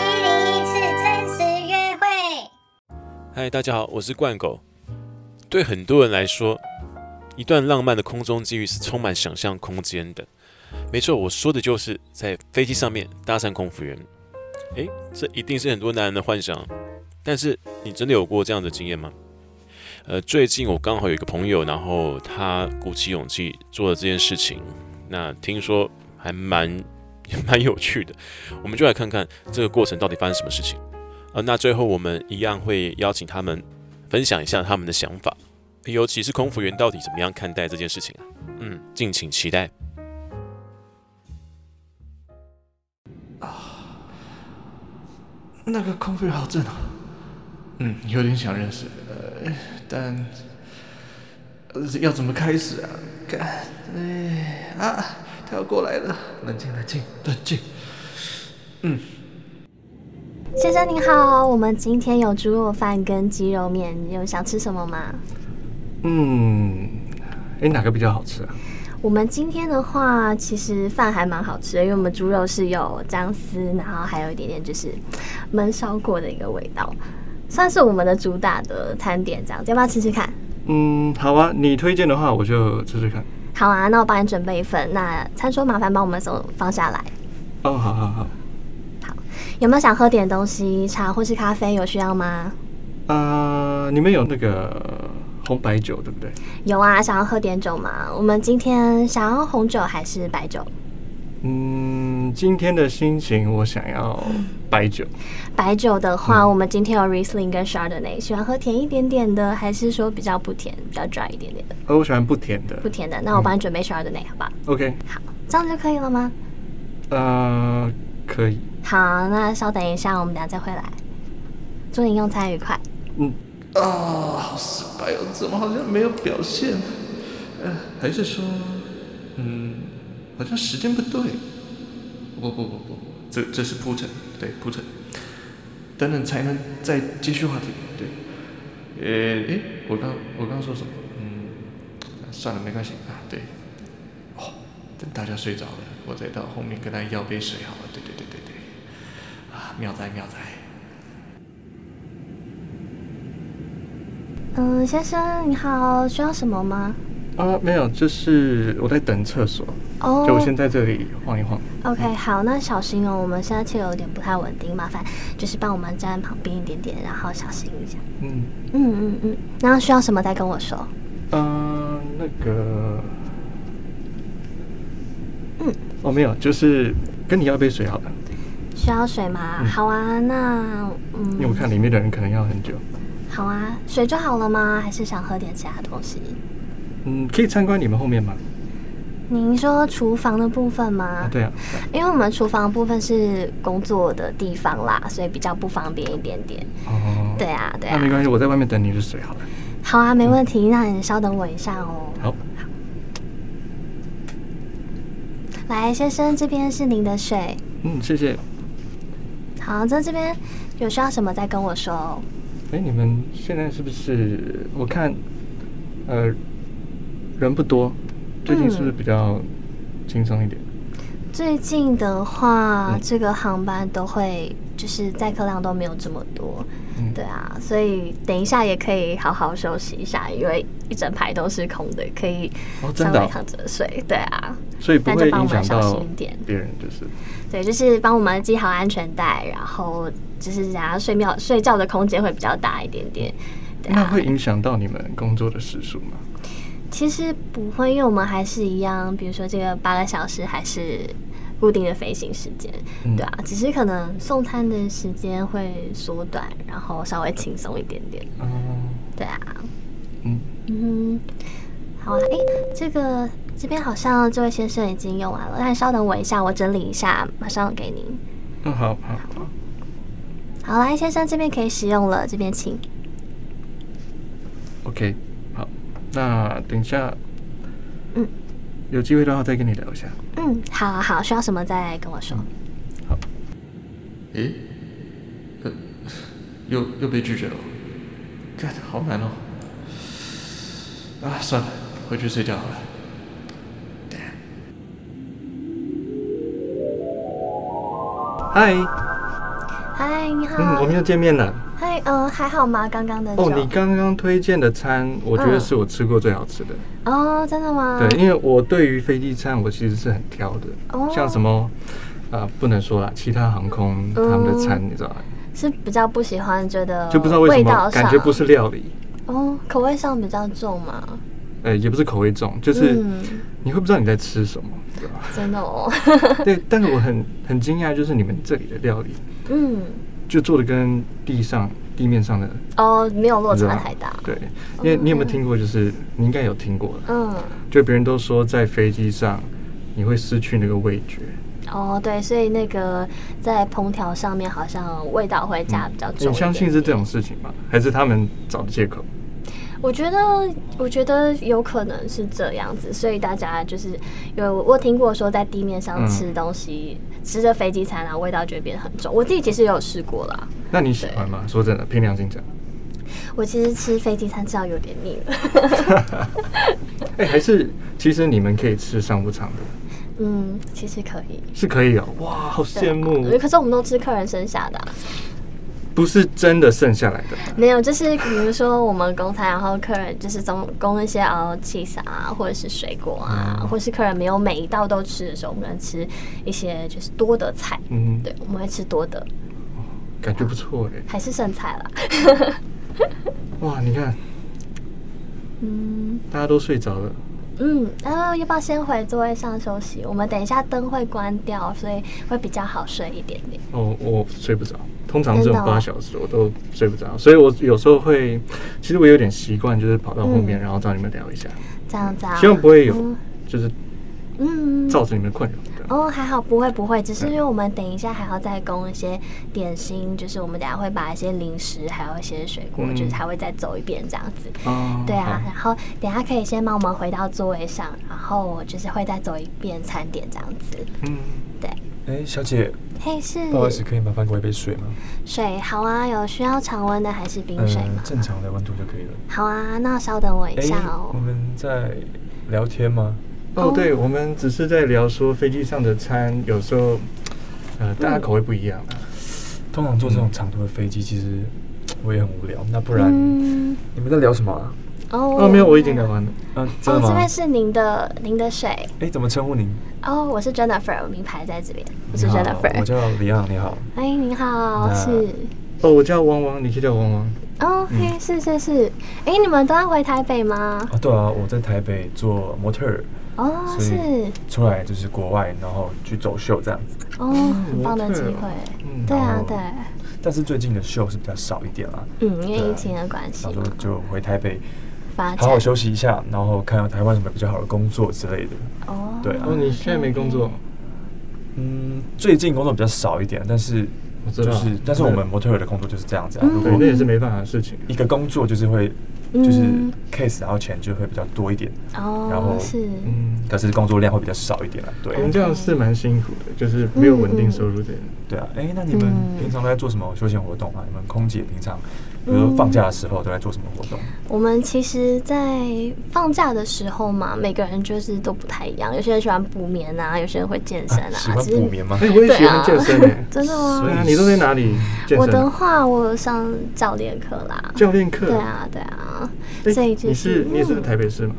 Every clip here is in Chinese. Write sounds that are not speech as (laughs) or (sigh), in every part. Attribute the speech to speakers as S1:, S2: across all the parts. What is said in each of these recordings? S1: 一零一次真实约会。
S2: 嗨，大家好，我是冠狗。对很多人来说，一段浪漫的空中机遇是充满想象空间的。没错，我说的就是在飞机上面搭讪空服员。诶，这一定是很多男人的幻想。但是你真的有过这样的经验吗？呃，最近我刚好有一个朋友，然后他鼓起勇气做了这件事情。那听说还蛮 (laughs) 蛮有趣的，我们就来看看这个过程到底发生什么事情。呃，那最后我们一样会邀请他们分享一下他们的想法，尤其是空服员到底怎么样看待这件事情啊？嗯，敬请期待。
S3: 那个空腹好正啊。嗯，有点想认识，呃，但呃要怎么开始啊？干，哎啊，他要过来了，冷静，冷静，冷静。
S4: 先生您好，我们今天有猪肉饭跟鸡肉面，你有想吃什么吗？
S3: 嗯，哎，哪个比较好吃啊？
S4: 我们今天的话，其实饭还蛮好吃的，因为我们猪肉是有姜丝，然后还有一点点就是焖烧过的一个味道，算是我们的主打的餐点这样子，要不要吃吃看？
S3: 嗯，好啊，你推荐的话我就试试看。
S4: 好啊，那我帮你准备一份，那餐桌麻烦帮我们送放下来。
S3: 哦，好好好。
S4: 有没有想喝点东西，茶或是咖啡，有需要吗？
S3: 啊、你们有那个红白酒对不对？
S4: 有啊，想要喝点酒吗？我们今天想要红酒还是白酒？
S3: 嗯，今天的心情我想要白酒。
S4: 白酒的话，我们今天有 Riesling 跟 Chardonnay，喜欢喝甜一点点的，还是说比较不甜、比较 dry 一点点的？
S3: 呃，我喜欢不甜的
S4: 不。甜的，那我帮你准备 Chardonnay 好不好？
S3: OK，
S4: 这样就可以了吗？
S3: 呃，可以。
S4: 好，那稍等一下，我们等下再回来。祝您用餐愉快。
S3: 啊，好失败哦！怎么好像没有表现？呃，还是说，嗯，好像时间不对。不不不不不，这这是铺陈，对铺陈。等等才能再继续话题，对。呃，诶，我刚我刚说什么？嗯，算了，没关系啊。对。哦，等大家睡着了，我再到后面跟他要杯水好了。对对对对对。啊，妙哉妙哉。
S4: 嗯，先生你好，需要什么吗？
S3: 啊，没有，就是我在等厕所，
S4: 哦、
S3: 就我先在这里晃一晃。
S4: OK，好，那小心哦，我们现在气流有点不太稳定，麻烦就是帮我们站旁边一点点，然后小心一下。
S3: 嗯，
S4: 嗯嗯嗯，然后需要什么再跟我说。
S3: 啊，那个，
S4: 嗯，
S3: 哦，没有，就是跟你要杯水好了，
S4: 需要水吗？好啊，那
S3: 因为我
S4: 嗯，
S3: 看里面的人可能要很久。
S4: 好啊，水就好了吗？还是想喝点其他东西？
S3: 嗯，可以参观你们后面吗？
S4: 您说厨房的部分吗
S3: 啊，？对啊，
S4: 因为我们厨房部分是工作的地方啦，所以比较不方便一点点。
S3: 哦，
S4: 对啊，对
S3: 那没
S4: 啊。
S3: 关系，我在外面等你的水好了。
S4: 好啊，没问题。那你稍等我一下哦。
S3: 好，
S4: 来，先生，这边是您的水。
S3: 嗯，谢谢。
S4: 好，在这边有需要什么再跟我说哦。
S3: 哎，你们现在是不是？我看，呃，人不多，最近是不是比较轻松一点？
S4: 嗯最近的话，
S3: 嗯
S4: 这个航班都会就是载客量都没有这么多，
S3: 嗯
S4: 对啊，所以等一下也可以好好休息一下，因为一整排都是空的，可以
S3: 哦真
S4: 稍
S3: 的
S4: 微
S3: 哦
S4: 躺着睡，对啊，
S3: 所以不
S4: 那
S3: 会
S4: 就帮我
S3: 影
S4: 们
S3: 响
S4: 小
S3: 到
S4: 心一点，
S3: 别人，就是
S4: 对，就是帮我们系好安全带，然后就是然后睡觉睡觉的空间会比较大一点点，对
S3: 那
S4: 啊，
S3: 会影响到你们工作的时数吗？
S4: 其实不会，因为我们还是一样，比如说这个八个小时还是固定的飞行时间，
S3: 嗯
S4: 对啊，只是可能送餐的时间会缩短，然后稍微轻松一点点，
S3: 哦，
S4: 对啊，
S3: 嗯，
S4: 嗯哼，好啊，诶，这个这边好像这位先生已经用完了，但稍等我一下，我整理一下，马上给您。
S3: 嗯，好好好，
S4: 好啦，先生这边可以使用了，这边请。
S3: ，OK，好，那等一下，
S4: 嗯，
S3: 有机会的话再跟你聊一下。
S4: 嗯，好啊好，需要什么再跟我说。
S3: 诶，呃，又又被拒绝了，干，好难哦。啊，算了，回去睡觉好了。
S5: 嗨，
S4: 嗨，你好。
S5: 嗯，我们又见面了。
S4: 嗨，呃，还好吗？刚刚的
S5: 哦，
S4: 酒
S5: 你刚刚推荐的餐，我觉得
S4: 嗯
S5: 是我吃过最好吃的。
S4: 哦，真的吗？
S5: 对，因为我对于飞机餐，我其实是很挑的，
S4: 哦
S5: 像什么。啊、不能说啦，其他航空他们的餐，
S4: 嗯
S5: 你知道吗？
S4: 是比较不喜欢，觉得
S5: 就不知道为什
S4: 味道
S5: 么，
S4: 上
S5: 感觉不是料理，
S4: 哦，口味上比较重嘛。
S5: 呃，也不是口味重，就是
S4: 嗯
S5: 你会不知道你在吃什么，你知道吗？ (laughs)
S4: 真的哦， (laughs)
S5: 对，但是我很很惊讶，就是你们这里的料理
S4: 嗯，
S5: 就做的跟地上地面上的
S4: 哦，没有落
S5: 你知道
S4: 差
S5: 吗
S4: 太大。
S5: 对，啊因为你有没有听过？就是你应该有听过了，
S4: 嗯，
S5: 就别人都说在飞机上你会失去那个味觉，
S4: 哦，对，所以那个在烹调上面好像味道会加比较重一点点。
S5: 你相信是这种事情吗？还是他们找的借口？
S4: 我觉得，我觉得有可能是这样子，所以大家就是有我有听过说，在地面上
S5: 嗯
S4: 吃东西，吃着飞机餐啊，味道就会变得很重。我自己其实也有试过啦，
S5: 那你喜欢吗？说真的，凭良心讲，
S4: 我其实吃飞机餐吃到有点腻了。
S5: (laughs) 哎、还是其实你们可以吃商务舱的，
S4: 嗯，其实可以。
S5: 是可以哦、哇，好羡慕，
S4: 可是我们都吃客人剩下的啊、
S5: 不是真的剩下来的，
S4: 没有，就是比如说我们公餐，然后客人就是总供一些呃 cheese 啊，或者是水果啊，
S5: 嗯
S4: 或是客人没有每一道都吃的时候，我们能吃一些就是多的菜。
S5: 嗯，
S4: 对，我们会吃多的，
S5: 感觉不错哎、
S4: 还是剩菜
S5: (laughs)
S4: 啦。
S5: 哇，你看，嗯，大家都睡着了，
S4: 嗯，然后要不要先回座位上休息？我们等一下灯会关掉，所以会比较好睡一点点。
S5: 哦，我睡不着。通常这
S4: 真的
S5: 种
S4: 哦
S5: 八小时我都睡不着，所以我有时候会，其实我有点习惯，就是跑到后
S4: 嗯
S5: 面，然后找你们聊一下，
S4: 这样子啊，
S5: 希望不会有
S4: 嗯，
S5: 就是
S4: 嗯，
S5: 造成你们困扰的。
S4: 哦，还好不会不会，只是因为我们等一下还要再供一些点心，就是我们等一下会把一些零食还有一些水果，
S5: 嗯
S4: 就是还会再走一遍这样子。
S5: 哦
S4: 对啊，然
S5: 好
S4: 后等一下可以先帮我们回到座位上，然后我就是会再走一遍餐点这样子。
S5: 嗯，
S4: 对，
S6: 哎，小姐，
S4: 嘿，是
S6: 不好意思，可以麻烦给我一杯水吗？
S4: 水好啊，有需要常温的还是冰
S6: 嗯
S4: 水吗？，
S6: 正常的温度就可以了。哎
S4: 好啊，那稍等我一下哦
S6: 我。们在聊天吗？
S5: 哦，对，我们只是在聊说飞机上的餐，有时候，呃，大家口味不一样啊。
S6: 通常坐这种长途的飞机，其实我也很无聊。那不然
S4: 嗯，
S6: 你们在聊什么啊？
S4: 哦
S5: 哦，没有，我已经聊完了。
S6: 嗯，真
S4: 哦
S6: 的，
S4: 这
S6: 吗
S4: 边？是您的您的水
S6: 哎，怎么称呼您？
S4: 哦，我是 Jennifer，我名牌在这边，我
S6: 你
S4: 是
S6: 好，我
S4: Jennifer。
S6: 叫李昂，你好。
S4: 哎，您好，
S6: 那嗯
S4: 是
S5: 哦，我叫汪汪，你可以叫汪汪。
S4: 哦，嘿，是是是，哎，你们都要回台北吗？
S6: 啊，对啊，我在台北做模特儿，
S4: 哦，
S6: 所
S4: 是
S6: 以出来就是国外，然后去走秀这样子。
S4: 哦，很棒的机会。
S5: 嗯，
S4: 对啊
S6: 哦，
S4: 对，
S6: 但是最近的秀是比较少一点啦，
S4: 嗯，因为
S6: 对啊
S4: 疫情的关系
S6: 想
S4: 嘛
S6: 说，就回台北
S4: 发展
S6: 好好休息一下，然后看看台湾有什么比较好的工作之类的。
S4: 哦，
S6: 对啊
S5: 哦，你现在没工作？
S6: 嗯，最近工作比较少一点，但是
S5: 我知
S6: 就
S5: 道
S6: 是，但是我们模特儿的工作就是这样子啊。
S4: 嗯
S6: 如
S5: 啊对，
S6: 果
S5: 那也是没办法的事情。
S6: 一个工作就是会，就是
S4: 嗯
S6: case，然后钱就会比较多一点，然
S4: 哦
S6: 后，
S4: 是，
S5: 嗯，
S6: 可是工作量会比较少一点了。
S5: 我们
S6: 对，
S5: 这样是蛮辛苦的，就是没有稳定收入的人。
S6: 对啊。哎，那你们
S4: 嗯
S6: 平常都在做什么休闲活动啊？你们空姐平常，比
S4: 嗯
S6: 如说放假的时候都在做什么活动？
S4: 我们其实，在放假的时候嘛，每个人就是都不太一样，有些人喜欢补眠啊，有些人会健身啊，
S6: 喜欢
S4: 其实
S6: 补眠吗
S5: 哎、？我也
S4: 对
S5: 喜欢
S4: 啊
S5: 健身诶、
S4: (laughs) 真的吗
S6: 欸所
S5: 对
S6: 以？
S5: 啊，你都在哪里健
S4: 我
S5: 身
S4: 的
S5: 啊？
S4: 话，我有上教练课啦。
S5: 教练课。
S4: 对啊，对啊，
S5: 哎
S4: 所以就
S5: 你是你是
S4: 嗯
S5: 台北市吗？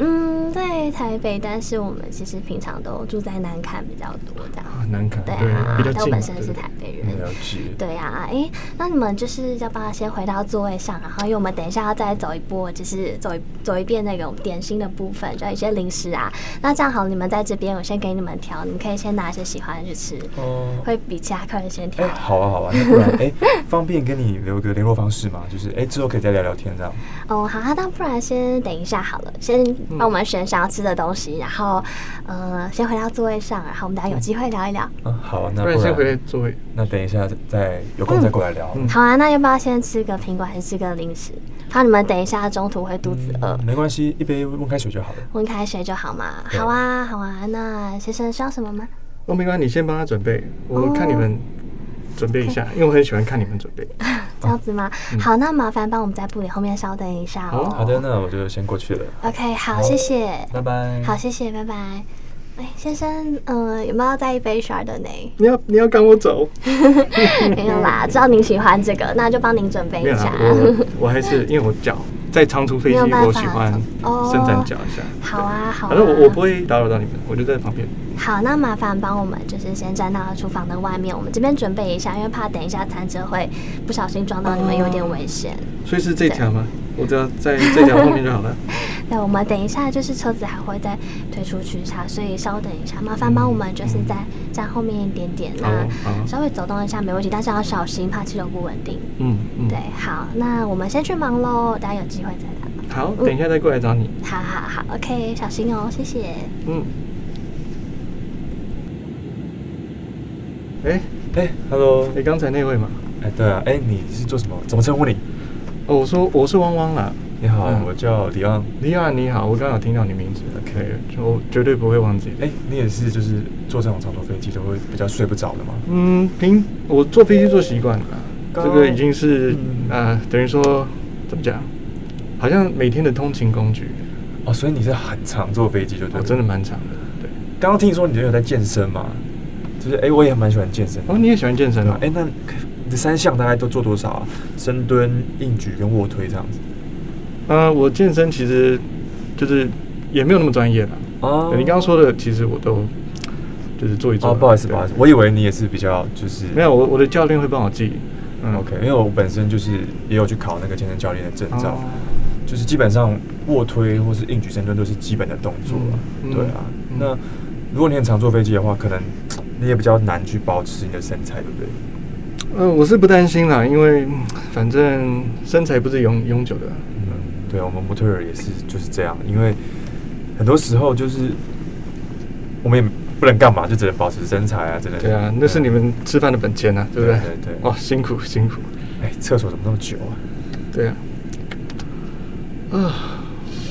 S4: 嗯，在台北，但是我们其实平常都住在南坎比较多这样。
S5: 啊，难看，
S4: 对
S5: 对，
S4: 啊
S5: 比，较
S4: 但我
S5: 近嘛
S4: 本。身
S5: 对嗯
S4: 是
S5: 不对
S4: 台北人。
S6: 了解。
S4: 对呀、诶，那你们就是要不要先回到座位上，然后因为我们等一下要再走一波，就是走一走一遍那个点心的部分，就有一些零食啊。那这样好，你们在这边我先给你们挑，你们可以先拿一些喜欢的去吃，
S6: 哦
S4: 会比其他客人先挑
S6: 哎、。好啊，好啊，那不然哎、 (laughs) 方便跟你留个联络方式吗？就是哎、之后可以再聊聊天这样。
S4: 哦，好啊，那不然先等一下好了，先
S5: 嗯
S4: 帮我们选想要吃的东西，然后呃，先回到座位上，然后我们等一下
S5: 嗯
S4: 有机会聊一聊。
S6: 啊，好啊，那
S5: 不
S6: 不
S5: 然
S6: 然
S5: 先回来座位。
S6: 那等一下再再有空再过来聊。
S5: 嗯
S4: 好啊，那要不要先吃个苹果，还是吃个零食？怕你们等一下中途会肚子饿。
S5: 嗯
S6: 没关系，一杯温开水就好了。
S4: 温开水就好嘛。
S6: 对
S4: 好啊，好啊。那先生需要什么吗？
S5: 哦，没关系，你先帮他准备，我
S4: 哦
S5: 看你们准备一下，因为我很喜欢看你们准备。
S4: 这样子吗？
S5: 嗯
S4: 好，那麻烦帮我们在布帘后面稍等一下哦。
S6: 好的，那我就先过去了，
S4: OK，好，
S6: 好
S4: 谢谢。
S6: 拜拜。
S4: 好，谢谢，拜拜。哎，先生，嗯，有没有再一杯
S5: (laughs)
S4: Chardonnay？
S5: 你要你要赶我走？
S4: 没有啦，知道您喜欢这个，那就帮您准备
S5: 没有
S4: 一
S5: 啦
S4: 下，。
S5: 我我还是因为我脚在长途飞机，
S4: 没有办法
S5: 我喜欢
S4: 哦
S5: 伸展脚一下。
S4: 好啊，好啊。
S5: 反正我我不会打扰到你们，我就在旁边。
S4: 好，那麻烦帮我们就是先站到厨房的外面，我们这边准备一下，因为怕等一下餐车会不小心撞到你们，有点危险。
S5: 所以是这条吗？我只要
S4: (laughs)
S5: 在这条后面就好了。
S4: 那我们等一下就是车子还会再推出去一下，所以稍等一下，麻烦帮我们就是在站后面一点点，
S5: 好哦好哦
S4: 那稍微走动一下没问题，但是要小心，怕气流不稳定。
S5: 嗯嗯，
S4: 对，好，那我们先去忙喽，大家有机会再聊。
S5: 好，等一下再过来找你。
S4: 好好好，OK，小心哦，谢谢。
S5: 嗯。哎，
S6: 哎，Hello，
S5: 你刚才那位嘛？
S6: 哎，对啊，哎，你是做什么？怎么称呼你？
S5: 哦，我说我是汪汪啦。
S6: 你好
S5: 嗯，
S6: 我叫李昂。
S5: 你好，你好，我刚好听到你名字，OK，我绝对不会忘记的。
S6: 哎，你也是就是坐这种长途飞机都会比较睡不着的吗？
S5: 嗯，平我坐飞机坐习惯了啦，
S6: 刚
S5: 这个已经是
S6: 嗯
S5: 呃，等于说怎么讲，好像每天的通勤工具，
S6: 哦，所以你是很常坐飞机就对
S5: 我
S6: 了。
S5: 哦真的蛮长的。对，
S6: 刚刚听你说你有在健身嘛？就是哎，我也蛮喜欢健身的。
S5: 哦，你也喜欢健身
S6: 对
S5: 哦
S6: 吧？？哎，那你的三项大概都做多少啊？深蹲、硬举跟卧推这样子。
S5: 呃，我健身其实就是也没有那么专业啦。
S6: 哦
S5: 对你刚刚说的，其实我都就是做一做。
S6: 哦，不好意思，
S5: 对
S6: 不好意思，我以为你也是比较就是
S5: 没有，我我的教练会帮我记。嗯
S6: OK，因为我本身就是也有去考那个健身教练的证照，
S5: 哦
S6: 就是基本上卧推或是硬举、深蹲都是基本的动作啊。
S5: 嗯嗯
S6: 对啊，
S5: 嗯
S6: 那如果你很常坐飞机的话，可能你也比较难去保持你的身材，对不对？
S5: 嗯，我是不担心啦，因为嗯反正身材不是永永久的。
S6: 嗯，对，我们模特儿也是就是这样，因为很多时候就是我们也不能干嘛，就只能保持身材啊，真的。
S5: 对啊，那是你们吃饭的本钱呐、啊对不对？哦
S6: 对对对
S5: 哇，辛苦辛苦。
S6: 哎，厕所怎么那么久啊？
S5: 对啊。啊，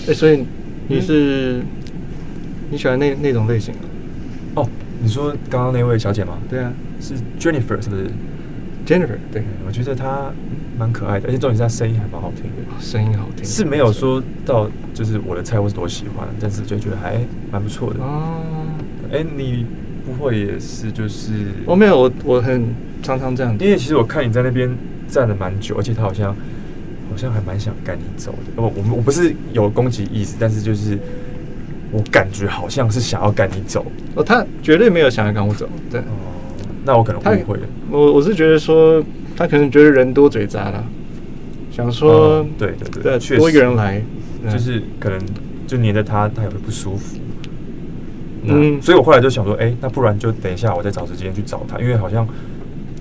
S5: 哎、所以
S6: 嗯
S5: 你是、你喜欢那那种类型啊？
S6: 哦，你说刚刚那位小姐吗？
S5: 对啊
S6: 是 Jennifer 是不是？
S5: ，Jennifer，对，
S6: 我觉得她嗯蛮可爱的，而且重点是她声音还蛮好听的，
S5: 声音好听。
S6: 是没有说到就是我的菜或是多喜欢，但是就觉得还蛮不错的。
S5: 哦，
S6: 哎、你不会也是就是
S5: 我、哦没有，我我很常常这样
S6: 因为其实我看你在那边站了蛮久，而且他好像好像还蛮想赶你走的。哦我我我不是有攻击意思，但是就是我感觉好像是想要赶你走。
S5: 哦，他绝对没有想要赶我走，对。
S6: 哦，那我可能
S5: 他
S6: 误会了。
S5: 我我是觉得说，他可能觉得人多嘴杂了，想说、啊
S6: 嗯对对对确
S5: 呃多一个
S6: 实
S5: 人来，对
S6: 就是可能就黏着他，他也会不舒服。嗯，
S5: 嗯
S6: 所以我后来就想说，哎、那不然就等一下，我再找时间去找他，因为好像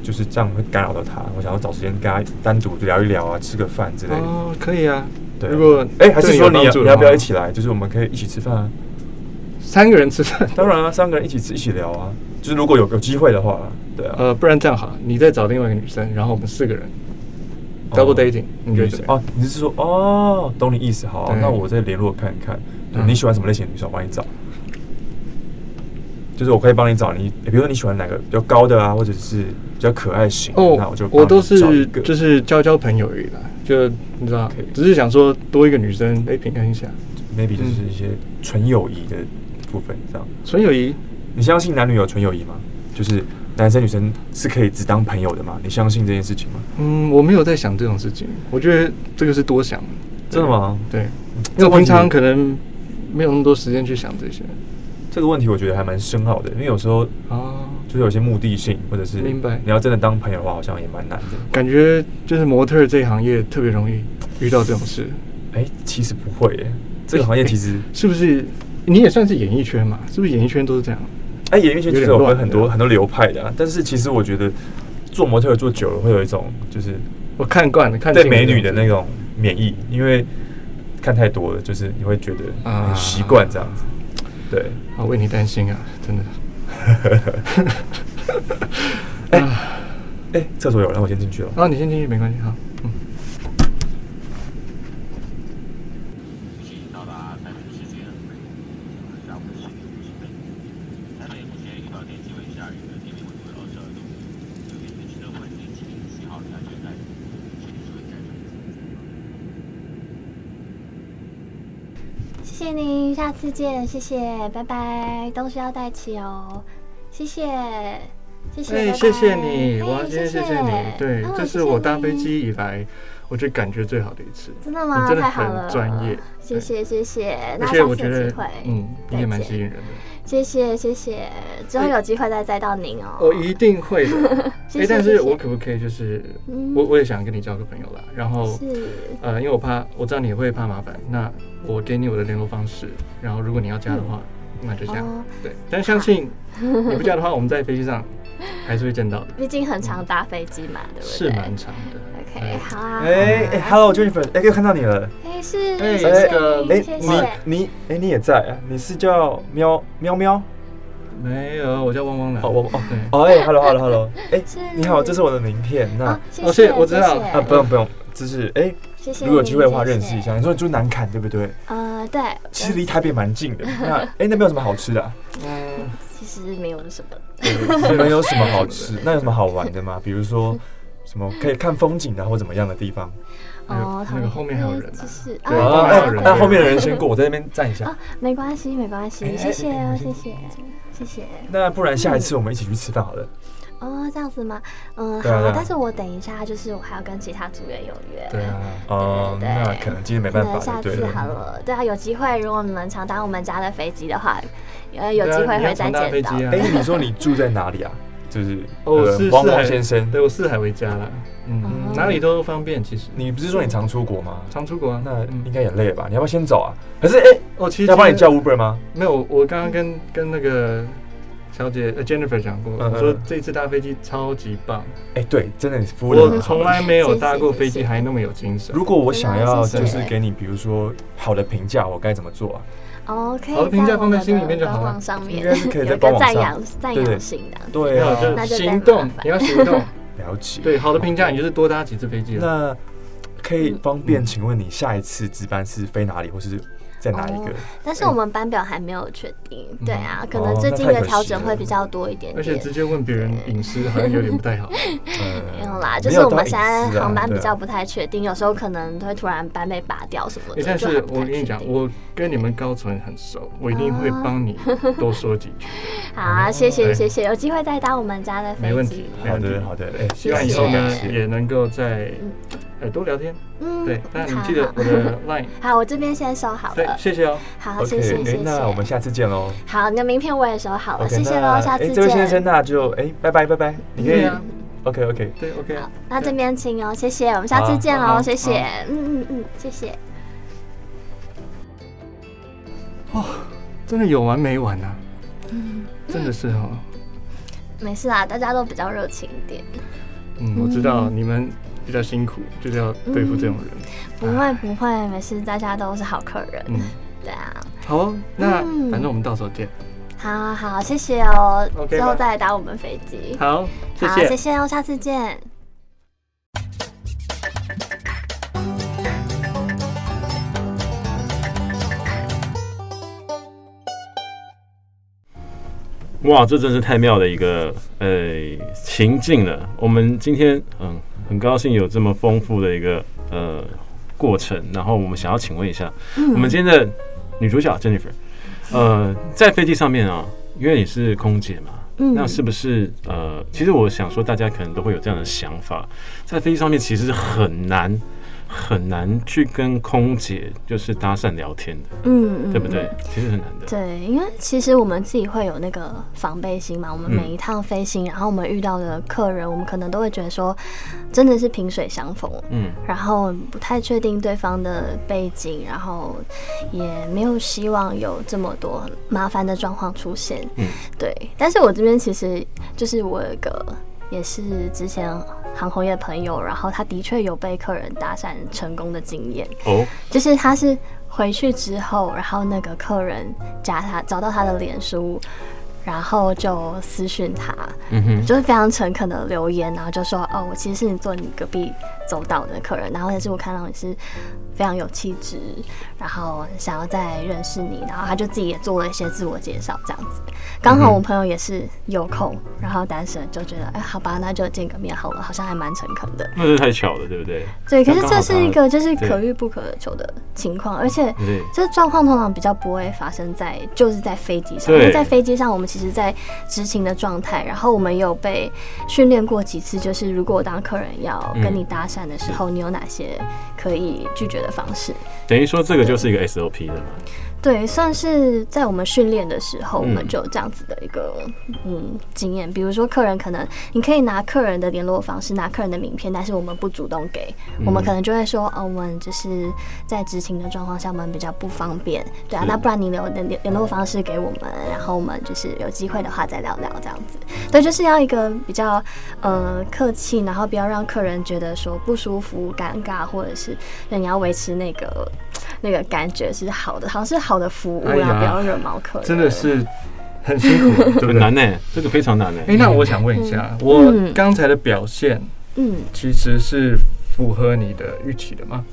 S6: 就是这样会干扰到他。我想要找时间跟他单独聊一聊啊，吃个饭之类的。
S5: 哦，可以啊。
S6: 对啊，
S5: 如果
S6: 哎、还是
S5: 对
S6: 说
S5: 有
S6: 你
S5: 帮
S6: 要
S5: 助
S6: 你
S5: 的
S6: 要不要
S5: 话
S6: 一起来？就是我们可以一起吃饭啊。
S5: 三个人吃饭？
S6: 当然啊，三个人一起吃一起聊啊。就是如果有有机会的话啊，对啊。
S5: 呃，不然这样好了，你再找另外一个女生，然后我们四个人
S6: 哦
S5: double dating，你觉得
S6: 女
S5: 怎
S6: 生
S5: 么样
S6: 哦？，你是说哦，懂你意思。好，
S5: 对
S6: 那我再联络看看，对
S5: 嗯
S6: 你喜欢什么类型的女生，我帮你找。就是我可以帮你找你，比如说你喜欢哪个比较高的啊，或者是比较可爱型的，那
S5: 哦
S6: 我就，帮
S5: 我
S6: 你
S5: 都
S6: 找一
S5: 是
S6: 个
S5: 就是交交朋友而已啦，就你知道
S6: OK，
S5: 只是想说多一个女生，哎，平衡一下，
S6: maybe 就是
S5: 嗯
S6: 一些纯友谊的部分这样。
S5: 纯友谊。
S6: 你相信男女有纯友谊吗？就是男生女生是可以只当朋友的吗？你相信这件事情吗？
S5: 嗯，我没有在想这种事情，我觉得这个是多想的。
S6: 真的吗？
S5: 对，
S6: 嗯这
S5: 因为
S6: 个
S5: 我
S6: 问
S5: 平
S6: 题
S5: 常可能没有那么多时间去想这些。
S6: 这个问题我觉得还蛮深奥的，因为有时候
S5: 哦，
S6: 就是有些目的性，或者是
S5: 明白
S6: 你要真的当朋友的话，好像也蛮难的。
S5: 感觉就是模特儿这一行业特别容易遇到这种事，
S6: 哎、其实不会耶，这个行业其 (laughs) 实，
S5: 是不是？你也算是演艺圈嘛，是不是演艺圈都是这样？
S6: 哎、演艺圈其
S5: 有
S6: 实
S5: 点
S6: 有
S5: 乱
S6: 分很多
S5: 对啊
S6: 很多流派的、啊，但是其实我觉得做模特儿做久了，会有一种就是
S5: 我看惯了，看
S6: 对
S5: 尽了
S6: 美女的
S5: 这
S6: 那
S5: 样
S6: 种免疫，因为看太多了，就是你会觉得很习惯这样子。对， (laughs)
S5: 子啊，为你担心啊，真的。
S6: 哎、厕所有人，我先进去了。
S5: 然后啊你先进去没关系，好，嗯。
S4: 谢谢谢您，下次见，谢谢，拜拜，东西要带齐哦，谢谢，谢谢，
S5: 哎，
S4: 拜
S5: 谢谢
S4: 拜
S5: 你，我要
S4: 哎
S5: 今天谢
S4: 谢
S5: 谢你，对
S4: 哦，
S5: 这
S4: 谢
S5: 是我
S4: 谢
S5: 搭飞
S4: 你
S5: 机以来，我觉得感觉最好的一次。
S4: 真的吗？
S5: 真的
S4: 太好
S5: 很
S4: 了，
S5: 专业
S4: 谢谢谢谢，
S5: 而
S4: 那
S5: 且
S4: 下
S5: 我
S4: 次
S5: 觉
S4: 有
S5: 得
S4: 机会，，
S5: 嗯，你
S4: 再
S5: 也蛮
S4: 见
S5: 吸引人的。
S4: 谢谢谢谢，之后有机会再载到您哦，
S5: 我一定会
S4: (laughs)
S5: 的。
S4: 谢
S5: 哎，
S4: 谢，
S5: 但
S4: 谢
S5: 是
S4: 谢
S5: 我可不可以就是
S4: 嗯，
S5: 我我也想跟你交个朋友啦。然后
S4: 是
S5: 呃，因为我怕我知道你会怕麻烦，那我给你我的联络方式。然后如果你要加的话，那就加。
S4: 哦，
S5: 对，但
S4: (laughs)
S5: 相信你不加的话，我们在飞机上还是会见到的，
S4: 毕竟很常搭飞机嘛，对不对？
S5: 是蛮长的。
S4: OK，
S5: 哎
S4: 好啊，
S6: 哎哎，Hello Jennifer，哎，又看到你了。
S4: 哎是，
S5: 哎
S4: 谢谢
S5: 这
S4: 您
S6: 哎，
S4: 谢
S6: 你
S4: 谢。
S6: 你哎，你也在啊？你是叫喵喵喵？
S5: 没有，我叫汪汪的。
S6: 哦，我哦
S5: 对
S6: 哦哎，Hello Hello Hello，哎
S4: 是，
S6: 你好，这是我的名片。那
S4: 哦，
S5: 哦
S4: 谢
S5: 是
S4: 谢，
S5: 我知道
S4: 谢谢
S6: 啊，不用不用，就是嗯哎，
S4: 谢谢。
S6: 如果有机会的话认识一。下。你说你住南坎对不对？
S4: 呃，对，
S6: 其实离台北蛮近的。那哎，那边有什么好吃的 (laughs) 啊？
S5: 嗯，
S4: 其实没有什么。
S6: 你们有什么好吃？那有什么好玩的吗？比如说什么可以看风景的，啊或怎么样的地方？
S5: 那个
S4: 哦，
S5: 那个后面还有人啊
S4: 就是
S5: 对
S6: 哦
S5: 后
S4: 啊
S5: 面还有人
S6: 哎那后面的人先过，我在那边站一下
S4: 啊。，没关系，没关系
S6: 哎，哎
S4: 谢谢
S6: 哎
S4: 哦，
S6: 没
S4: 谢
S6: 事
S4: 谢，谢谢。
S6: 那不然下一次我们一起去吃饭好了。
S4: 哦，这样子吗？嗯，好
S6: 对啊对
S4: 啊
S6: 啊，
S4: 但是我等一下，就是我还要跟其他组员有约。
S5: 对啊，
S6: 哦，
S4: 对对对
S6: 那可能今天没
S4: 可
S6: 办
S4: 能
S6: 法
S4: 下
S6: 了，对
S4: 次
S6: 了。
S4: 好了，对啊，有机会，如果你们常搭我们家的飞机的话，呃，有
S5: 对啊
S4: 机会
S5: 你要
S4: 会再
S5: 常搭飞
S4: 见
S5: 机
S4: 到。
S5: 啊
S6: 哎，你说你住在哪里啊？就是
S5: 哦，
S6: 呃
S5: 是四
S6: 汪
S5: 海
S6: 汪先生，
S5: 对我四海为家啦，嗯
S4: 哦，
S5: 哪里都方便。其实
S6: 你不是说你常出国吗？
S5: 常出国啊，
S6: 那
S5: 嗯
S6: 应该也累了吧？你要不要先走啊？可是哎，
S5: 哦，其实
S6: 要帮你
S5: 今
S6: 叫
S5: 天
S6: Uber 吗？
S5: 没有，我刚刚跟跟那个小姐呃 Jennifer 讲过，
S6: 嗯
S5: 我说
S6: 嗯
S5: 这次搭飞机超级棒，
S6: 哎，对，真的服务的
S5: 我
S6: 很好
S5: 从。来没有搭过
S4: 谢谢
S5: 飞机
S4: 谢谢
S5: 还那么有精神。
S6: 如果我想要
S4: 谢谢
S6: 就是给你，比如说好的评价，我该怎么做啊？
S4: 哦，可以
S5: 好的
S4: 在
S5: 评价
S4: 我
S5: 放在
S4: 们
S5: 心
S4: 的
S5: 里面就好
S4: 官
S5: 了
S4: 网上面
S6: 应该是可以在
S4: 有一
S6: 官
S4: 个
S6: 网
S4: 赞
S6: 上
S4: 扬赞
S6: 对
S4: 扬
S6: 对
S4: 性的。
S6: 对
S5: 没有
S6: 啊，
S5: 就
S4: 那就再
S5: 行动
S4: 麻，烦
S5: 你要
S4: (laughs)
S5: 行动。
S6: 了解。
S5: 对，好的评价你就是多搭几次飞机了。
S6: 那可以方便请问你下一次值班是飞哪里，或是在哪一个？
S4: 但是我们班表还没有确定，对啊，可
S6: 哦
S4: 能最
S6: 那
S4: 近
S6: 太
S4: 的
S6: 可
S4: 调
S6: 惜
S4: 整会
S6: 了
S4: 比较多一点
S5: 而且
S4: 点。
S5: 直接问别人隐私好像有点不太好。
S6: 呃没
S4: 没有啦，就是我们现在航班比较
S6: 对啊
S4: 不太确定，有时候可能会突然班被拔掉什么
S5: 诶
S4: 的。
S5: 但
S4: 就是还不
S5: 我
S4: 太
S5: 跟你
S4: 确
S5: 讲，
S4: 定
S5: 我跟你们高层很熟，我一定会
S4: 啊
S5: 帮你多说几句。
S4: 好啊，谢谢
S5: 对
S4: 谢谢，有机会再搭我们家的飞
S5: 哎没问
S4: 机
S5: 题。
S6: 好的好的，哎，
S5: 希望以后呢
S6: 谢谢
S5: 也能够在呃多聊天。
S4: 嗯，
S5: 对，那你
S4: 好
S5: 记得
S4: 好
S5: 我的 line。
S4: 好，我这边先收好
S5: 对
S4: 了，。
S5: 谢谢哦。
S4: 好，谢谢
S6: OK，
S4: 谢
S6: 哎
S4: 谢，。
S6: 那我们下次见喽。
S4: 好，你的名片我也收好了，
S6: OK，
S4: 谢谢
S6: 那
S4: 喽，下
S6: 哎
S4: 次
S6: 这位先生，
S4: 见。
S6: 那就哎，拜拜拜拜，你可
S5: 对
S6: 以
S5: 啊，
S6: OK OK。
S5: 对，OK 啊。
S4: 那这边请哦，谢谢，我们下次见
S5: 好好
S4: 喽，谢谢
S5: 好，
S4: 嗯嗯嗯，谢谢。
S5: 真的有完没完啊？真的是哦。
S4: 没事啦，大家都比较热情一点，
S5: 嗯，我知道你们比较辛苦，就是要对付这种人。
S4: 不会不会，没事，大家都是好客人，
S5: 嗯，
S4: 对啊，
S5: 好哦，那
S4: 嗯
S5: 反正我们到时候见。
S4: 好好，谢谢哦
S5: OK，
S4: 之后
S5: 拜
S4: 再来打我们飞机，
S5: 好，谢
S4: 嗯好，
S5: 谢
S4: 谢。谢哦，下次见。
S7: 哇，这真是太妙的一个呃情境了。我们今天嗯很高兴有这么丰富的一个呃过程，然后我们想要请问一下，
S4: 嗯
S7: 我们今天的女主角 Jennifer，呃，在飞机上面啊，因为你是空姐嘛。
S4: 嗯
S7: 那是不是呃？其实我想说，大家可能都会有这样的想法，在飞机上面其实很难很难去跟空姐就是搭讪聊天的，
S4: 嗯，嗯
S7: 对不对？其实很难的。
S4: 对，因为其实我们自己会有那个防备心嘛，我们
S7: 嗯
S4: 每一趟飞行，然后我们遇到的客人，我们可能都会觉得说，真的是萍水相逢，
S7: 嗯，
S4: 然后不太确定对方的背景，然后也没有希望有这么多麻烦的状况出现。
S7: 嗯，
S4: 对。但是我这边其实就是我有一个也是之前航空业朋友，然后他的确有被客人搭讪成功的经验。
S7: 哦，
S4: 就是他是回去之后，然后那个客人加他找到他的脸书，然后就私讯他，
S7: 嗯哼，
S4: 就是非常诚恳的留言，然后就说哦，我其实是你坐你隔壁走岛的客人，然后但是我看到你是非常有气质，然后想要再认识你，然后他就自己也做了一些自我介绍这样子。刚好我朋友也是有空，然后单身，就觉得哎，好吧，那就见个面好了，好像还蛮诚恳的。
S7: 那是太巧了，对不对？
S4: 对，可是
S7: 刚好
S4: 这是一
S7: 刚好
S4: 个就是
S7: 对
S4: 可遇不可求的情况，而且
S7: 对
S4: 这状况通常比较不会发生在就是在飞机上，
S7: 对
S4: 因为在飞机上我们其实，在执勤的状态，然后我们有被训练过几次，就是如果当客人要
S7: 嗯
S4: 跟你搭讪的时候，你有哪些可以拒绝的方式？
S7: 等于说这个就是一个 SOP 的嘛。
S4: 对，算是在我们训练的时候，我们
S7: 嗯
S4: 就有这样子的一个嗯经验。比如说，客人可能你可以拿客人的联络方式，拿客人的名片，但是我们不主动给，
S5: 嗯
S4: 我们可能就会说，哦，我们就是在执勤的状况下，我们比较不方便。对啊，
S7: 是
S4: 那不然你留你的联联络方式给我们，然后我们就是有机会的话再聊聊这样子。对，就是要一个比较呃客气，然后不要让客人觉得说不舒服、尴尬，或者是那你要维持那个那个感觉是好的，好像是好的服务，啊
S5: 哎呀
S4: 然后不要惹毛客人。
S5: 真的是很辛苦，啊对不
S7: 很
S5: 对？
S7: 难呢、这个非常难呢、
S5: 哎，那我想问一下，我刚才的表现
S4: 嗯，
S5: 其实是符合你的预期的吗？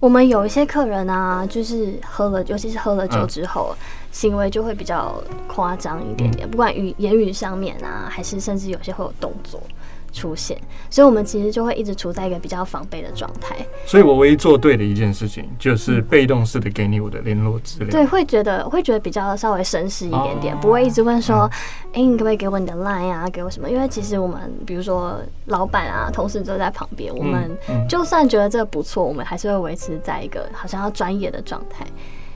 S4: 我们有一些客人啊，就是喝了，尤其是喝了酒
S5: 嗯
S4: 之后，行为就会比较夸张一点点，不管语言语上面啊，还是甚至有些会有动作出现，所以我们其实就会一直处在一个比较防备的状态。
S5: 所以我唯一做对的一件事情，就是被动式的给你我的联络资料。
S4: 对，会觉得会觉得比较稍微绅士一点点，不会一直问说，哎、你可不可以给我你的 line 啊，给我什么？因为其实我们比如说老板啊、同事都在旁边，我们
S5: 嗯
S4: 就算觉得这个不错，我们还是会维持在一个好像要专业的状态。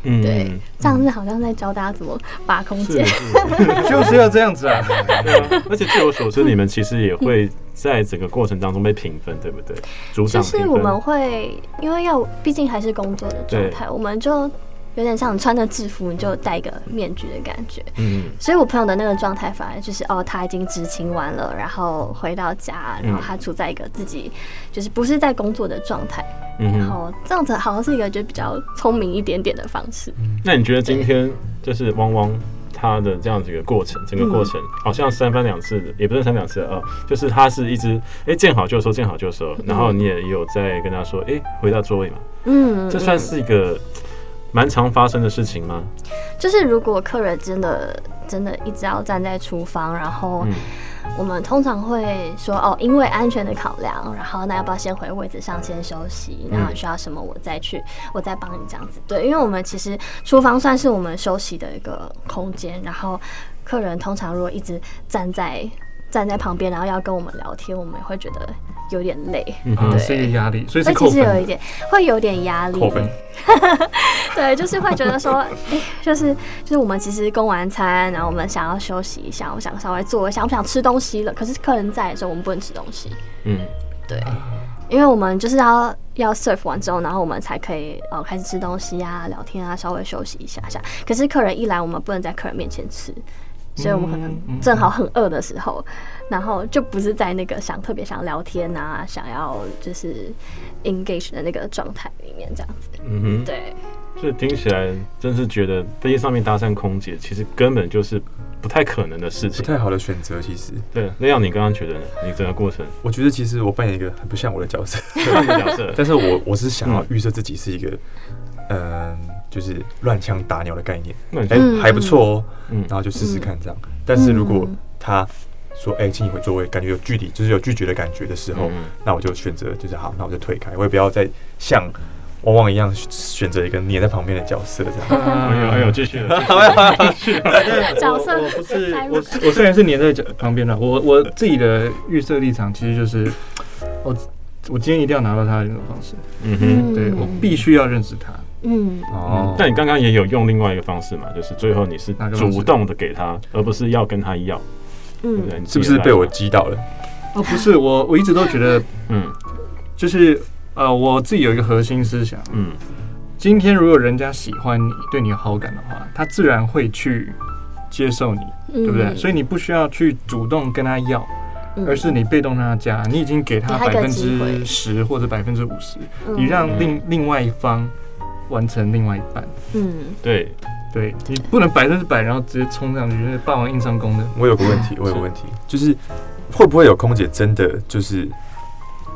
S7: 嗯
S4: 对，这样子好像在教大家怎么把空
S7: 是
S4: 间。
S7: 是
S5: 就是要这样子啊。
S7: 对啊而且据我所知，你们其实
S4: 嗯
S7: 也会在整个过程当中被评分，对不对？组
S4: 就
S7: 长
S4: 是
S7: 评
S4: 我们
S7: 分，
S4: 会，因为要毕竟还是工作的状态，我们就有点像你穿着制服，你就戴一个面具的感觉。
S7: 嗯，
S4: 所以我朋友的那个状态反而就是哦，他已经执勤完了，然后回到家，然后
S7: 嗯
S4: 他处在一个自己就是不是在工作的状态，
S7: 嗯
S4: 然
S7: 哼。
S4: 后这样子好像是一个就比较聪明一点点的方式。
S7: 那你觉得今天就是汪汪他的这样子一个过程，整个过程
S4: 嗯
S7: 好像三番两次的，也不是三番两次啊、呃就是他是一直哎见好就收，见好就收，然后你也有在跟他说，哎、回到座位嘛，
S4: 嗯，
S7: 这算是一个蛮常发生的事情吗？
S4: 就是如果客人真的真的一直要站在厨房，然后
S7: 嗯
S4: 我们通常会说哦，因为安全的考量，然后那要不要先回位置上先休息？然后你需要什么我再去，我再帮你这样子。对，因为我们其实厨房算是我们休息的一个空间，然后客人通常如果一直站在站在旁边，然后要跟我们聊天，我们也会觉得有点累，
S7: 嗯
S5: 啊，
S7: 哼，
S5: 是一个压力，所以
S4: 所
S5: 是
S4: 以
S5: 扣
S4: 其实有
S5: 分
S4: 一。点会有点压力。
S5: 扣分，
S4: (laughs) 对，就是会觉得说， (laughs) 哎、就是就是我们其实供完餐，然后我们想要休息一下，我想稍微坐一下，我们想吃东西了。可是客人在的时候，我们不能吃东西，
S7: 嗯，
S4: 对，因为我们就是要要 serve 完之后，然后我们才可以呃开始吃东西啊、聊天啊，稍微休息一下下。可是客人一来，我们不能在客人面前吃。所以我们可
S5: 嗯
S4: 能正好很饿的时候，然后就不是在那个想特别想聊天啊，想要就是 engage 的那个状态里面这样子。
S7: 嗯哼。
S4: 对，
S7: 这听起来真是觉得飞机上面搭讪空姐，其实根本就是不太可能的事
S6: 不
S7: 情。
S6: 太好的选择。其实，
S7: 对，那样你刚刚觉得呢？你整个过程，
S6: 我觉得其实我扮演一个很不像我的角色，
S7: 换个角色，
S6: 但是我我是想要
S7: 嗯
S6: 预设自己是一个，嗯、就是乱枪打鸟的概念，
S7: 那你
S6: 哎、
S7: 就
S6: 还不错哦，
S7: 嗯
S6: 然后就试试看这样。但是如果他说，哎、请你回座位，感觉有距离，就是有拒绝的感觉的时候，
S7: 嗯
S6: 那我就选择就是好，那我就退开，我也不要再像汪汪一样选择一个黏在旁边的角色这样。
S7: 哎呦哎呦，继续了，继续
S4: 角色
S5: 我我不是
S4: 代入
S5: 我我虽然是黏在旁边了，我我自己的预设立场其实就是，我我今天一定要拿到他的联络方式，
S7: 嗯哼。
S5: 对我必须要认识他。
S4: 嗯，
S6: (laughs) 哦，
S7: 但你刚刚也有用另外一个方式嘛，就是最后你是
S5: 哪个方式
S7: 主动的给他，而不是要跟他要，对不
S4: 嗯
S7: 对？你
S6: 是
S7: 自
S6: 不
S7: 己
S6: 是
S7: 来
S6: 被
S7: 嘛
S6: 我？击倒了？
S5: 哦，不是，我我一直都觉得
S7: 嗯
S5: 就是呃，我自己有一个核心思想，
S7: 嗯
S5: 今天如果人家喜欢你，对你有好感的话，他自然会去接受你，对不对？所以你不需要去主动跟他要，
S4: 嗯
S5: 而是你被动让他加，你已经给他
S4: 给他一
S5: 百
S4: 个
S5: 分
S4: 机会
S5: 之十或者百分之五十，
S4: 嗯
S5: 你让另另外一方完成另外一半。
S4: 嗯，
S7: 对，
S5: 对你不能百分之百，然后直接冲上去，就是霸王硬上弓的。
S6: (laughs) 我有个问题，我有个问题，就是会不会有空姐真的就是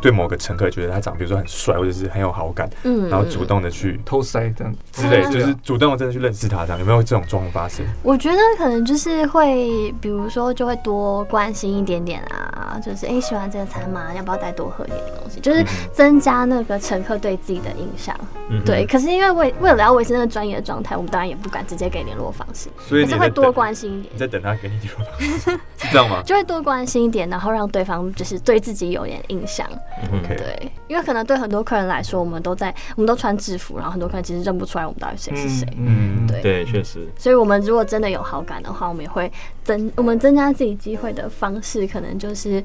S6: 对某个乘客觉得他长得比如说很帅或者是很有好感，
S4: 嗯
S6: 然后主动的去
S5: 偷塞这样，
S6: 之类，
S4: 啊
S6: 就是主动的真的去认识他这样，有没有这种状况 (laughs) 发生？
S4: 我觉得可能就是会，比如说就会多关心一点点啊，就是哎、诶喜欢这个餐吗？要不要再多喝一点东西？
S5: 嗯
S4: 就是增加那个乘客对自己的印象。
S7: 嗯哼
S4: 对，可是因为为为了要维持那个专业的状态，我们当然也不敢直接给联络方式，
S6: 所以
S4: 可
S6: 你
S4: 是
S6: 在
S4: 会多
S6: 等
S4: 关心一点
S6: 你。在等他给你联络
S4: (laughs)
S6: 方式，是这样吗
S4: 就会多关心一点，然后让对方就是对自己有点印象，
S6: ？OK，
S4: 对，因为可能对很多客人来说，我们都在我们都穿制服，然后很多客人其实认不出来我们到底谁是谁，
S5: 嗯，
S4: 对
S7: 对，确实，
S4: 所以我们如果真的有好感的话，我们也会增我们增加自己机会的方式，可能就是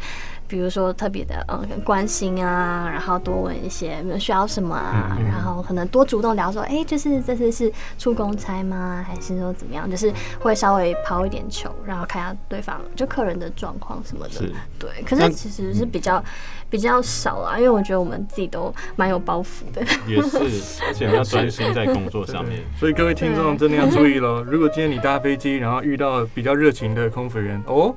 S4: 比如说特别的嗯关心啊，然后多问一些你们需要什么啊，然后可能多主动聊说，哎、就是这次是出公差吗？还是说怎么样？就是会稍微抛一点球，然后看下对方就客人的状况什么的
S7: 是。
S4: 对，可
S2: 那
S4: 是其实是比较比较少啊，因为我觉得我们自己都蛮有包袱的。
S7: 也是，而且你要专心在工作上
S5: (laughs)
S7: 面。
S5: 所以各位听众真的要注意喽，如果今天你搭飞机，然后遇到比较热情的空服员，哦，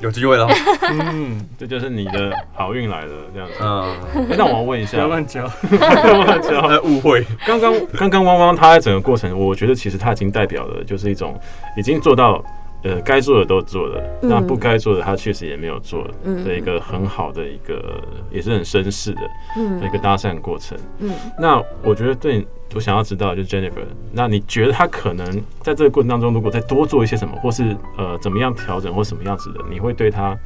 S6: 有机
S4: (laughs)
S6: 会了。
S5: 嗯，
S7: 这就是你的好运来了，这样子。
S6: (laughs) 嗯，
S7: 诶那我要问一
S5: 不
S7: 下
S5: 要，
S7: (laughs)
S5: 乱讲，
S6: 呃，误会，
S4: (laughs)
S7: 刚刚刚刚汪汪他在整个过程，我觉得其实他已经代表了就是一种已经做到。呃，该做的都做了，
S4: 嗯
S7: 那不该做的他确实也没有做
S4: 嗯
S7: 的一个很好的一个，也是很绅士的
S4: 嗯
S7: 一个搭讪过程。
S4: 嗯
S7: 那我觉得对你，我想要知道就是 Jennifer，那你觉得他可能在这个过程当中，如果再多做一些什么，或是呃怎么样调整或什么样子的，你会对他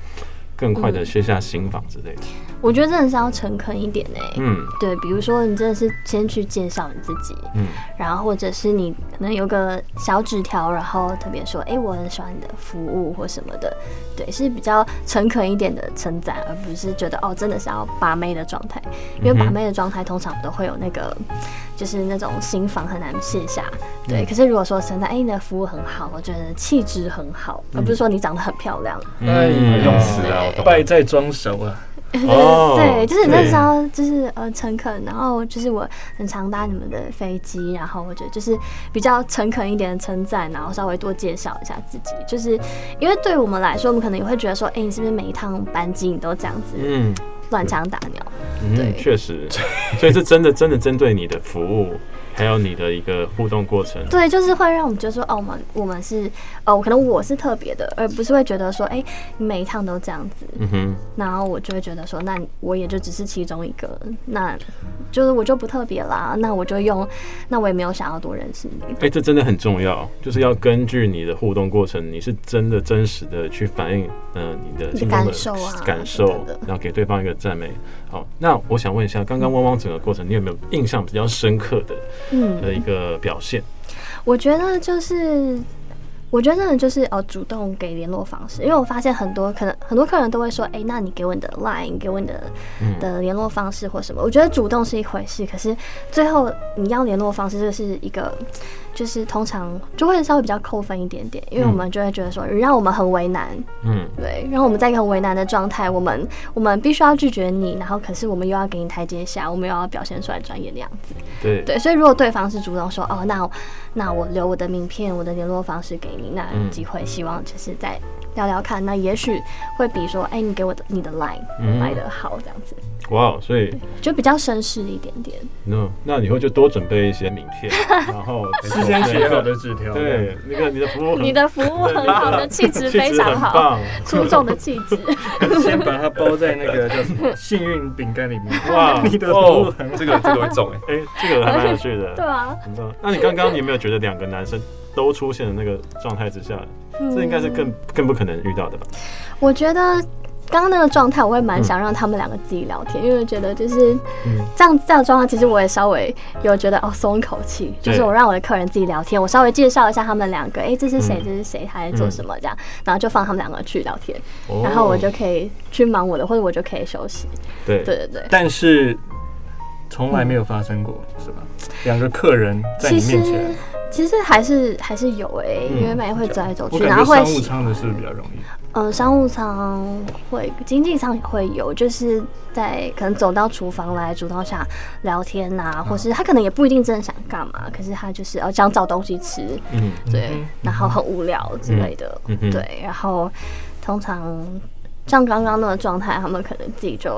S7: 更快
S4: 嗯
S7: 的卸下心防之类的？
S4: 我觉得真的是要诚恳一点哎、
S7: 嗯
S4: 对，比如说你真的是先去介绍你自己，
S7: 嗯
S4: 然后或者是你可能有个小纸条，然后特别说，哎、我很喜欢你的服务或什么的，对，是比较诚恳一点的称赞，而不是觉得哦，真的是要把妹的状态，因为
S7: 嗯哼
S4: 把妹的状态通常都会有那个，就是那种心房很难卸下，
S7: 嗯
S4: 对。可是如果说称赞，哎、你的服务很好，我觉得气质很好，而不是说你长得很漂亮，
S5: 哎
S7: 嗯
S6: 用词啊，我懂。
S5: 败在装熟啊，
S7: 哦
S4: 对，就是那
S7: 对
S4: 时候就是呃诚恳，然后就是我很常搭你们的飞机，然后我觉得就是比较诚恳一点的称赞，然后稍微多介绍一下自己，就是因为对我们来说，我们可能也会觉得说，哎、你是不是每一趟班机你都这样子
S7: 嗯，
S4: 乱枪打鸟？
S7: 嗯，
S4: 对 (laughs)
S7: 确实，所以这真的真的针对你的服务，还有你的一个互动过程。
S4: 对，就是会让我们觉得说，哦，我们我们是哦，可能我是特别的，而不是会觉得说，哎、你每一趟都这样子，
S7: 嗯哼，
S4: 然后我就会觉得说，那我也就只是其中一个，那就是我就不特别啦，那我就用，那我也没有想要多认识你。
S7: 哎、这真的很重要，就是要根据你的互动过程，你是真的真实的去反映，呃，你的
S4: 你的
S7: 心中的
S4: 感受啊
S7: 感受
S4: 等等的
S7: 然后给对方一个赞美。好，那我想问一下，刚刚汪汪整个过程，你有没有印象比较深刻的的
S4: 嗯，
S7: 一个表现？
S4: 我觉得就是，我觉得真的就是哦，主动给联络方式，因为我发现很多可能很多客人都会说，哎、那你给我你的 Line，你给我你的
S7: 嗯
S4: 的联络方式或什么。我觉得主动是一回事，可是最后你要联络方式，这是一个。就是通常就会稍微比较扣分一点点，因为我们就会觉得说，让我们很为难，
S7: 嗯
S4: 对，然后我们在一个很为难的状态，我们我们必须要拒绝你，然后可是我们又要给你台阶下，我们又要表现出来专业的样子。
S7: 对，
S4: 对，所以如果对方是主动说哦，那那我留我的名片、我的联络方式给你，那
S7: 嗯
S4: 有机会希望就是再聊聊看，那也许会比说哎、你给我的你的 line
S7: 嗯
S4: 来的好，这样子
S7: 哇哦，所以
S4: 就比较绅士一点点。
S7: 那那以后就多准备一些名片，然
S5: (laughs)
S7: 后
S5: 事先写好的纸条，
S7: 对那个你的服务很
S4: 你的服务很
S7: (laughs)
S4: 好，你的气质
S7: 气
S4: 非
S7: 质
S4: 常
S7: 很
S4: 好， (laughs)
S7: 棒，
S4: 出众的气质。
S5: 先把它包在那个叫什么幸运饼干里面。
S7: (laughs) 哇，
S5: (laughs) 你的服务
S6: 哦
S5: 很，
S6: 这个这个会中哎，
S7: 哎、这个还蛮有趣的。
S4: (laughs) 对啊，
S7: 你知道那你刚刚你有没有觉得两个男生都出现的那个状态之下，
S4: 嗯
S7: 这应该是更更不可能遇到的吧？
S4: 我觉得刚刚那个状态，我会蛮想让他们两个自己聊天，因为觉得就是
S7: 嗯
S4: 这样这样的状态，其实我也稍微有觉得哦松一口气，
S7: 对
S4: 就是我让我的客人自己聊天，我稍微介绍一下他们两个，哎，这是谁，
S7: 嗯
S4: 这是谁，他在做什么这样，然后就放他们两个去聊天，然后
S7: 哦
S4: 我就可以去忙我的，或者我就可以休息。
S7: 对
S4: 对对对。
S5: 但是从来没有发生过，是吧？两个客人在你
S4: 其
S5: 面
S4: 实
S5: 前，
S4: 其实还是还是有哎、
S7: 嗯
S4: 因为每会走来走
S5: 我
S4: 去，
S5: 感
S4: 然
S5: 觉
S4: 后会
S5: 商务舱的是不是比较容易？
S4: 嗯，商务舱会，经济舱也会有，就是在可能走到厨房来主动下聊天呐、或
S7: 嗯
S4: 是他可能也不一定真的想干嘛，可是他就是要想找东西吃，
S7: 嗯
S4: 对，然后很无聊之类的，
S7: 嗯哼
S4: 对，然后通常像刚刚那个状态，他们可能自己就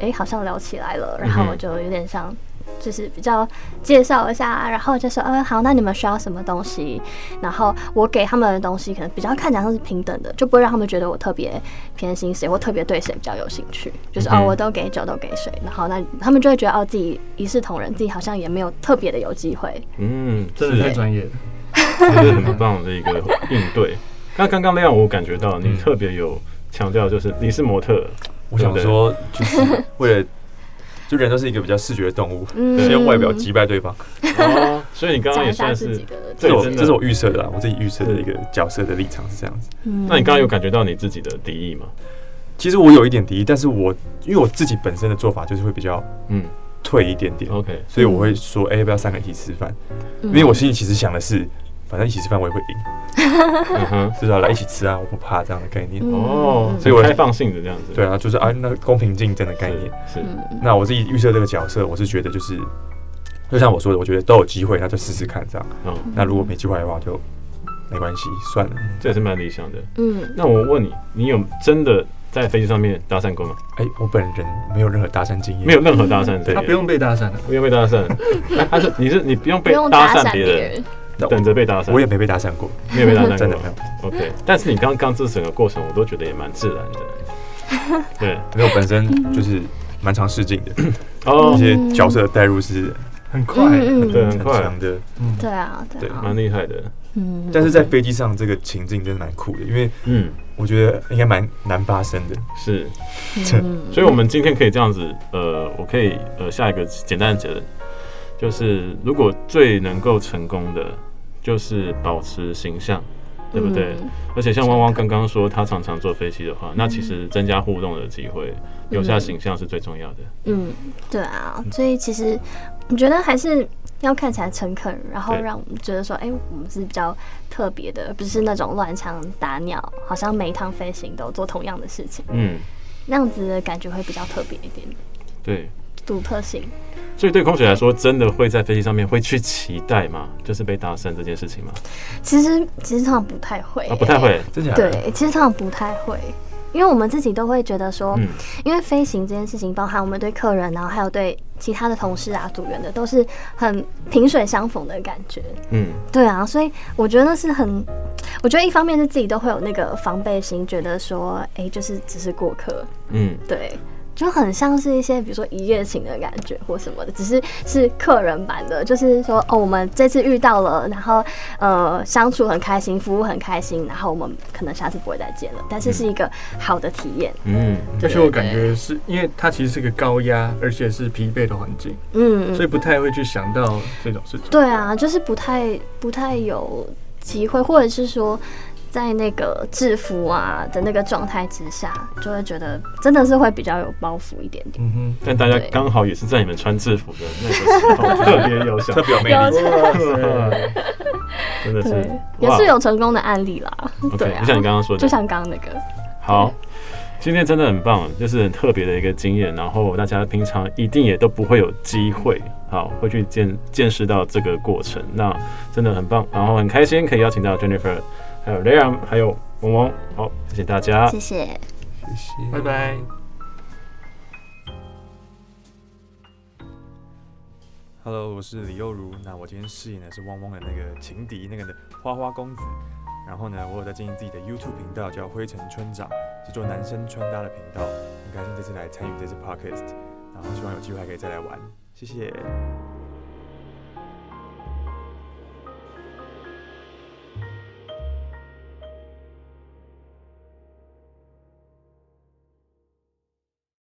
S4: 哎、诶好像聊起来了，然
S7: 嗯
S4: 后我就有点像。就是比较介绍一下，然后就说，嗯，好，那你们需要什么东西？然后我给他们的东西可能比较看起来像是平等的，就不会让他们觉得我特别偏心谁或特别对谁比较有兴趣。就是、
S7: 嗯
S4: 哦，我都给酒，都给水，然后那他们就会觉得哦，自己一视同仁，自己好像也没有特别的有机会。
S7: 嗯，
S5: 真的太专业了。
S7: 这是很棒的一个应对。那刚刚那样，我感觉到你特别有强调，就是你是模特，
S6: 我想
S7: 对不对
S6: 说，就是为了，就人都是一个比较视觉的动物，
S4: 嗯
S6: 先用外表击败对方。
S7: 哦，所以你刚
S4: 讲
S7: 刚也
S4: 一下
S7: 算
S4: 自
S7: 是
S4: 己的，
S6: 这
S7: 对
S6: 是我
S7: 真的
S6: 这是我预设的啦，我自己预设的一个角色的立场是这样子。
S4: 嗯
S7: 那你刚刚有感觉到你自己的敌意吗？
S6: 其实我有一点敌意，但是我因为我自己本身的做法就是会比较
S7: 嗯
S6: 退一点点，
S7: ，OK，
S6: 所以我会说，哎、要不要三个一起吃饭？因为我心里其实想的是，反正一起吃饭我也会赢，
S7: 嗯哼，
S6: 就是要来一起吃啊，我不怕这样的概念。
S4: 嗯
S7: 哦，
S6: 所以我
S7: 很开放性的这样子，
S6: 对啊，就是啊，那公平竞争的概念。
S7: 是，是，
S4: 嗯
S6: 那我自己预设这个角色，我是觉得就是，就像我说的，我觉得都有机会，那就试试看这样。
S7: 哦，
S6: 那如果没机会的话，就没关系，算了。
S7: 这也是蛮理想的。
S4: 嗯
S7: 那我问你，你有真的在飞机上面搭讪过吗？
S6: 哎、我本人没有任何搭讪经验，
S7: 没有任何搭讪，
S6: 对
S5: 他不，用被搭讪了，
S7: 不用被
S4: (laughs)
S7: 搭讪，那他是你是你不用
S4: 不
S7: 被
S4: 用
S7: 搭
S4: 讪
S7: 讪别人，
S4: 人，
S6: 但我
S7: 等着被搭讪，
S6: 我也没被搭讪过，
S7: 没有被搭 (laughs) 讪过，
S6: 真的没有，
S7: OK，但是你刚刚这整个过程，我都觉得也蛮自然的。对，
S6: 因为我本身就是蛮常试镜的，一
S7: 哦，
S6: 些角色的代入是
S5: 很快。
S4: 嗯
S7: 对
S4: 嗯，
S6: 很
S7: 很快
S6: 强的。
S4: 对啊对啊，
S7: 蛮厉害的。
S4: 嗯
S6: 但是在飞机上这个情境真的蛮酷的，因为
S7: 嗯，
S6: 我觉得应该蛮难发生的。
S7: 是，
S4: 嗯
S7: 所以我们今天可以这样子，呃，我可以呃下一个简单的结论，就是如果最能够成功的，就是保持形象，对不对？
S4: 嗯
S7: 而且像汪汪刚刚说，他常常坐飞机的话，那其实增加互动的机会，留下形象是最重要的。
S4: 嗯，对啊，所以其实我觉得还是要看起来诚恳，然后
S7: 对
S4: 让我们觉得说，哎、我们是比较特别的，不是那种乱枪打鸟，好像每一趟飞行都做同样的事情，
S7: 嗯，
S4: 那样子的感觉会比较特别一点，
S7: 对。
S4: 独特性。
S7: 所以对空姐来说，真的会在飞机上面会去期待吗？就是被搭讪这件事情吗？
S4: 其实其实通常不太会、
S7: 啊，不太会。
S6: 真假的？
S4: 对，其实通常不太会，因为我们自己都会觉得说，
S7: 嗯
S4: 因为飞行这件事情，包含我们对客人，然后还有对其他的同事啊、组员的，都是很萍水相逢的感觉。
S7: 嗯，
S4: 对啊，所以我觉得那是很，我觉得一方面是自己都会有那个防备心，觉得说，哎、就是只是过客，
S7: 嗯，
S4: 对，就很像是一些比如说一夜情的感觉或什么的，只是是客人版的，就是说，哦，我们这次遇到了，然后呃相处很开心，服务很开心，然后我们可能下次不会再见了，但是是一个好的体验，
S7: 嗯，
S5: 而且我感觉是因为它其实是个高压，而且是疲惫的环境，
S4: 嗯，
S5: 所以不太会去想到这种事情。
S4: 对啊，就是不太不太有机会，或者是说在那个制服啊的那个状态之下，就会觉得真的是会比较有包袱一点点。
S5: 嗯哼，
S7: 但大家
S4: 对
S7: 刚好也是在你们穿制服的那个时候，特别有
S6: (laughs)
S7: 想
S6: 特，别有魅力。
S7: 真的 (laughs) 是
S4: 对，也
S7: 哇
S4: 是有成功的案例啦。对
S7: OK，
S4: 啊
S7: 就像你刚刚说的，
S4: 就像刚刚那个，
S7: 好，今天真的很棒，就是很特别的一个经验。然后大家平常一定也都不会有机会，好，会去见见识到这个过程。那真的很棒，然后很开心可以邀请到 Jennifer，还有 Liam，还有萌萌。好，谢谢大家，
S4: 谢谢。
S5: 嗯拜拜。
S6: Hello，我是李幼如。那我今天饰演的是汪汪的那个情敌，那个的花花公子。然后呢，我有在经营自己的 YouTube 频道，叫灰尘村长，是做男生穿搭的频道。很开心这次来参与这次 Podcast，然后希望有机会还可以再来玩，谢谢。